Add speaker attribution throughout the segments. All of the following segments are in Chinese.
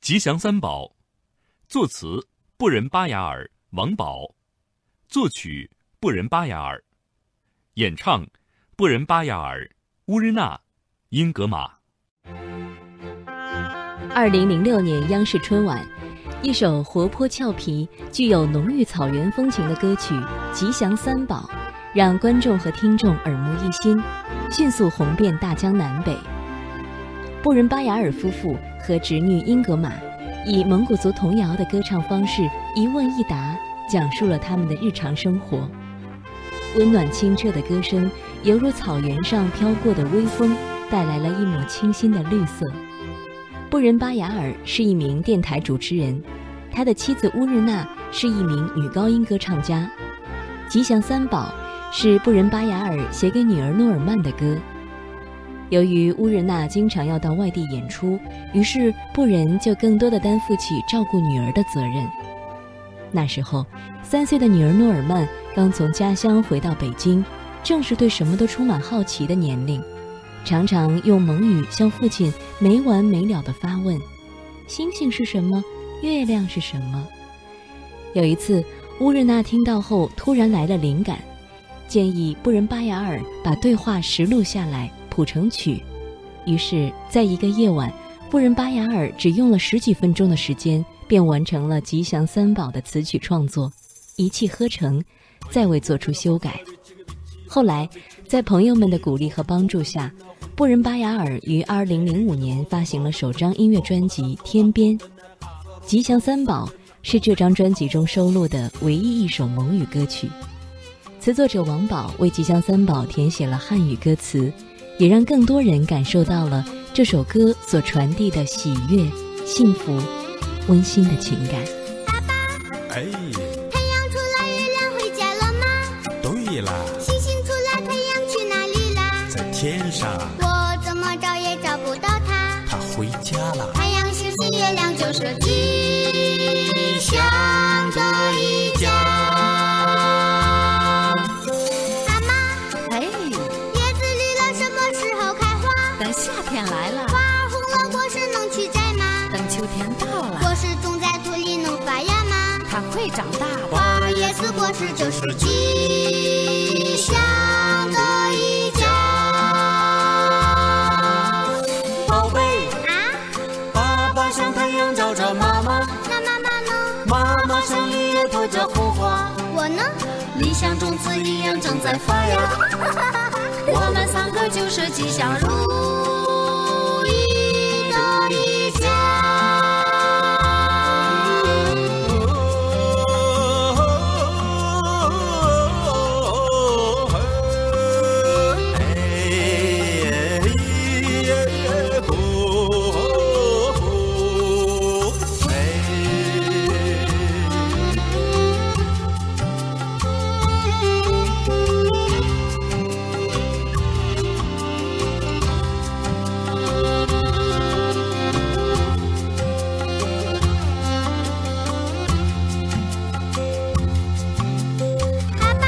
Speaker 1: 吉祥三宝，作词布仁巴雅尔、王宝，作曲布仁巴雅尔，演唱布仁巴雅尔、乌日娜、英格玛。
Speaker 2: 二零零六年央视春晚，一首活泼俏皮、具有浓郁草原风情的歌曲《吉祥三宝》，让观众和听众耳目一新，迅速红遍大江南北。布仁巴雅尔夫妇和侄女英格玛，以蒙古族童谣的歌唱方式一问一答，讲述了他们的日常生活。温暖清澈的歌声，犹如草原上飘过的微风，带来了一抹清新的绿色。布仁巴雅尔是一名电台主持人，他的妻子乌日娜是一名女高音歌唱家。《吉祥三宝》是布仁巴雅尔写给女儿诺尔曼的歌。由于乌日娜经常要到外地演出，于是布仁就更多的担负起照顾女儿的责任。那时候，三岁的女儿诺尔曼刚从家乡回到北京，正是对什么都充满好奇的年龄。常常用蒙语向父亲没完没了地发问：“星星是什么？月亮是什么？”有一次，乌日娜听到后突然来了灵感，建议布仁巴雅尔把对话实录下来谱成曲。于是，在一个夜晚，布仁巴雅尔只用了十几分钟的时间，便完成了《吉祥三宝》的词曲创作，一气呵成，再未做出修改。后来，在朋友们的鼓励和帮助下，布仁巴雅尔于2005年发行了首张音乐专辑《天边》，《吉祥三宝》是这张专辑中收录的唯一一首蒙语歌曲。词作者王宝为《吉祥三宝》填写了汉语歌词，也让更多人感受到了这首歌所传递的喜悦、幸福、温馨的情感。
Speaker 3: 爸爸，
Speaker 4: 哎，
Speaker 3: 太阳出来，月亮回家了吗？
Speaker 4: 对啦，
Speaker 3: 星星出来，太阳去哪里啦？
Speaker 4: 在天上
Speaker 3: 我怎么找也找不到它。
Speaker 4: 他回家啦。
Speaker 3: 太阳是西，月亮就是吉祥的一家。妈妈，
Speaker 5: 哎，
Speaker 3: 叶子绿了，什么时候开花？
Speaker 5: 等夏天来了，
Speaker 3: 花红了，果实能去摘吗？
Speaker 5: 等秋天到了，
Speaker 3: 果实种在土里能发芽吗？
Speaker 5: 它会长大的。
Speaker 3: 花儿也是果实，就是吉祥的一家。
Speaker 4: 宝贝，
Speaker 3: 啊，
Speaker 4: 爸爸像太阳照着妈妈，
Speaker 3: 那妈妈呢？
Speaker 4: 妈妈像绿叶拖着红花，
Speaker 3: 我呢？
Speaker 5: 理想种子一样正在 发芽，我们三个就是吉祥如
Speaker 3: 如意的一家。爸爸，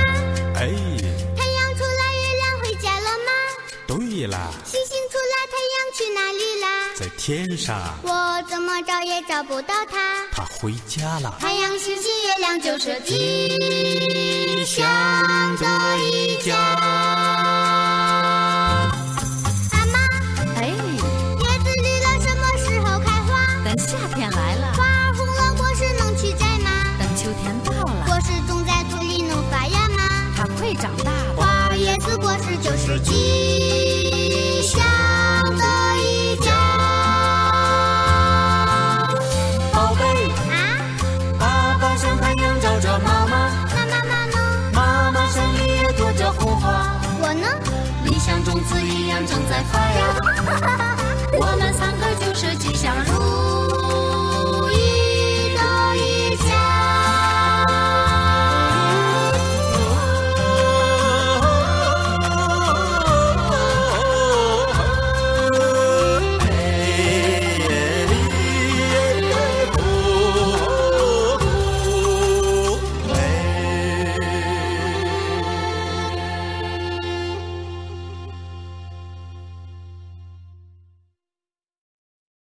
Speaker 4: 哎，
Speaker 3: 太阳出来，月亮回家了吗？
Speaker 4: 对啦，
Speaker 3: 星星出来，太阳去哪里啦？
Speaker 4: 在天上
Speaker 3: 我怎么找也找不到它。
Speaker 4: 他回家啦。
Speaker 3: 太阳是西，月亮就是吉祥的一家。妈妈，
Speaker 5: 哎，
Speaker 3: 叶子绿了，什么时候开花？
Speaker 5: 等夏天来了，
Speaker 3: 花儿红了，果实能去摘吗？
Speaker 5: 等秋天到了，
Speaker 3: 果实种在土里能发芽吗？
Speaker 5: 它会长大的。
Speaker 3: 花儿也是果实，就是吉啊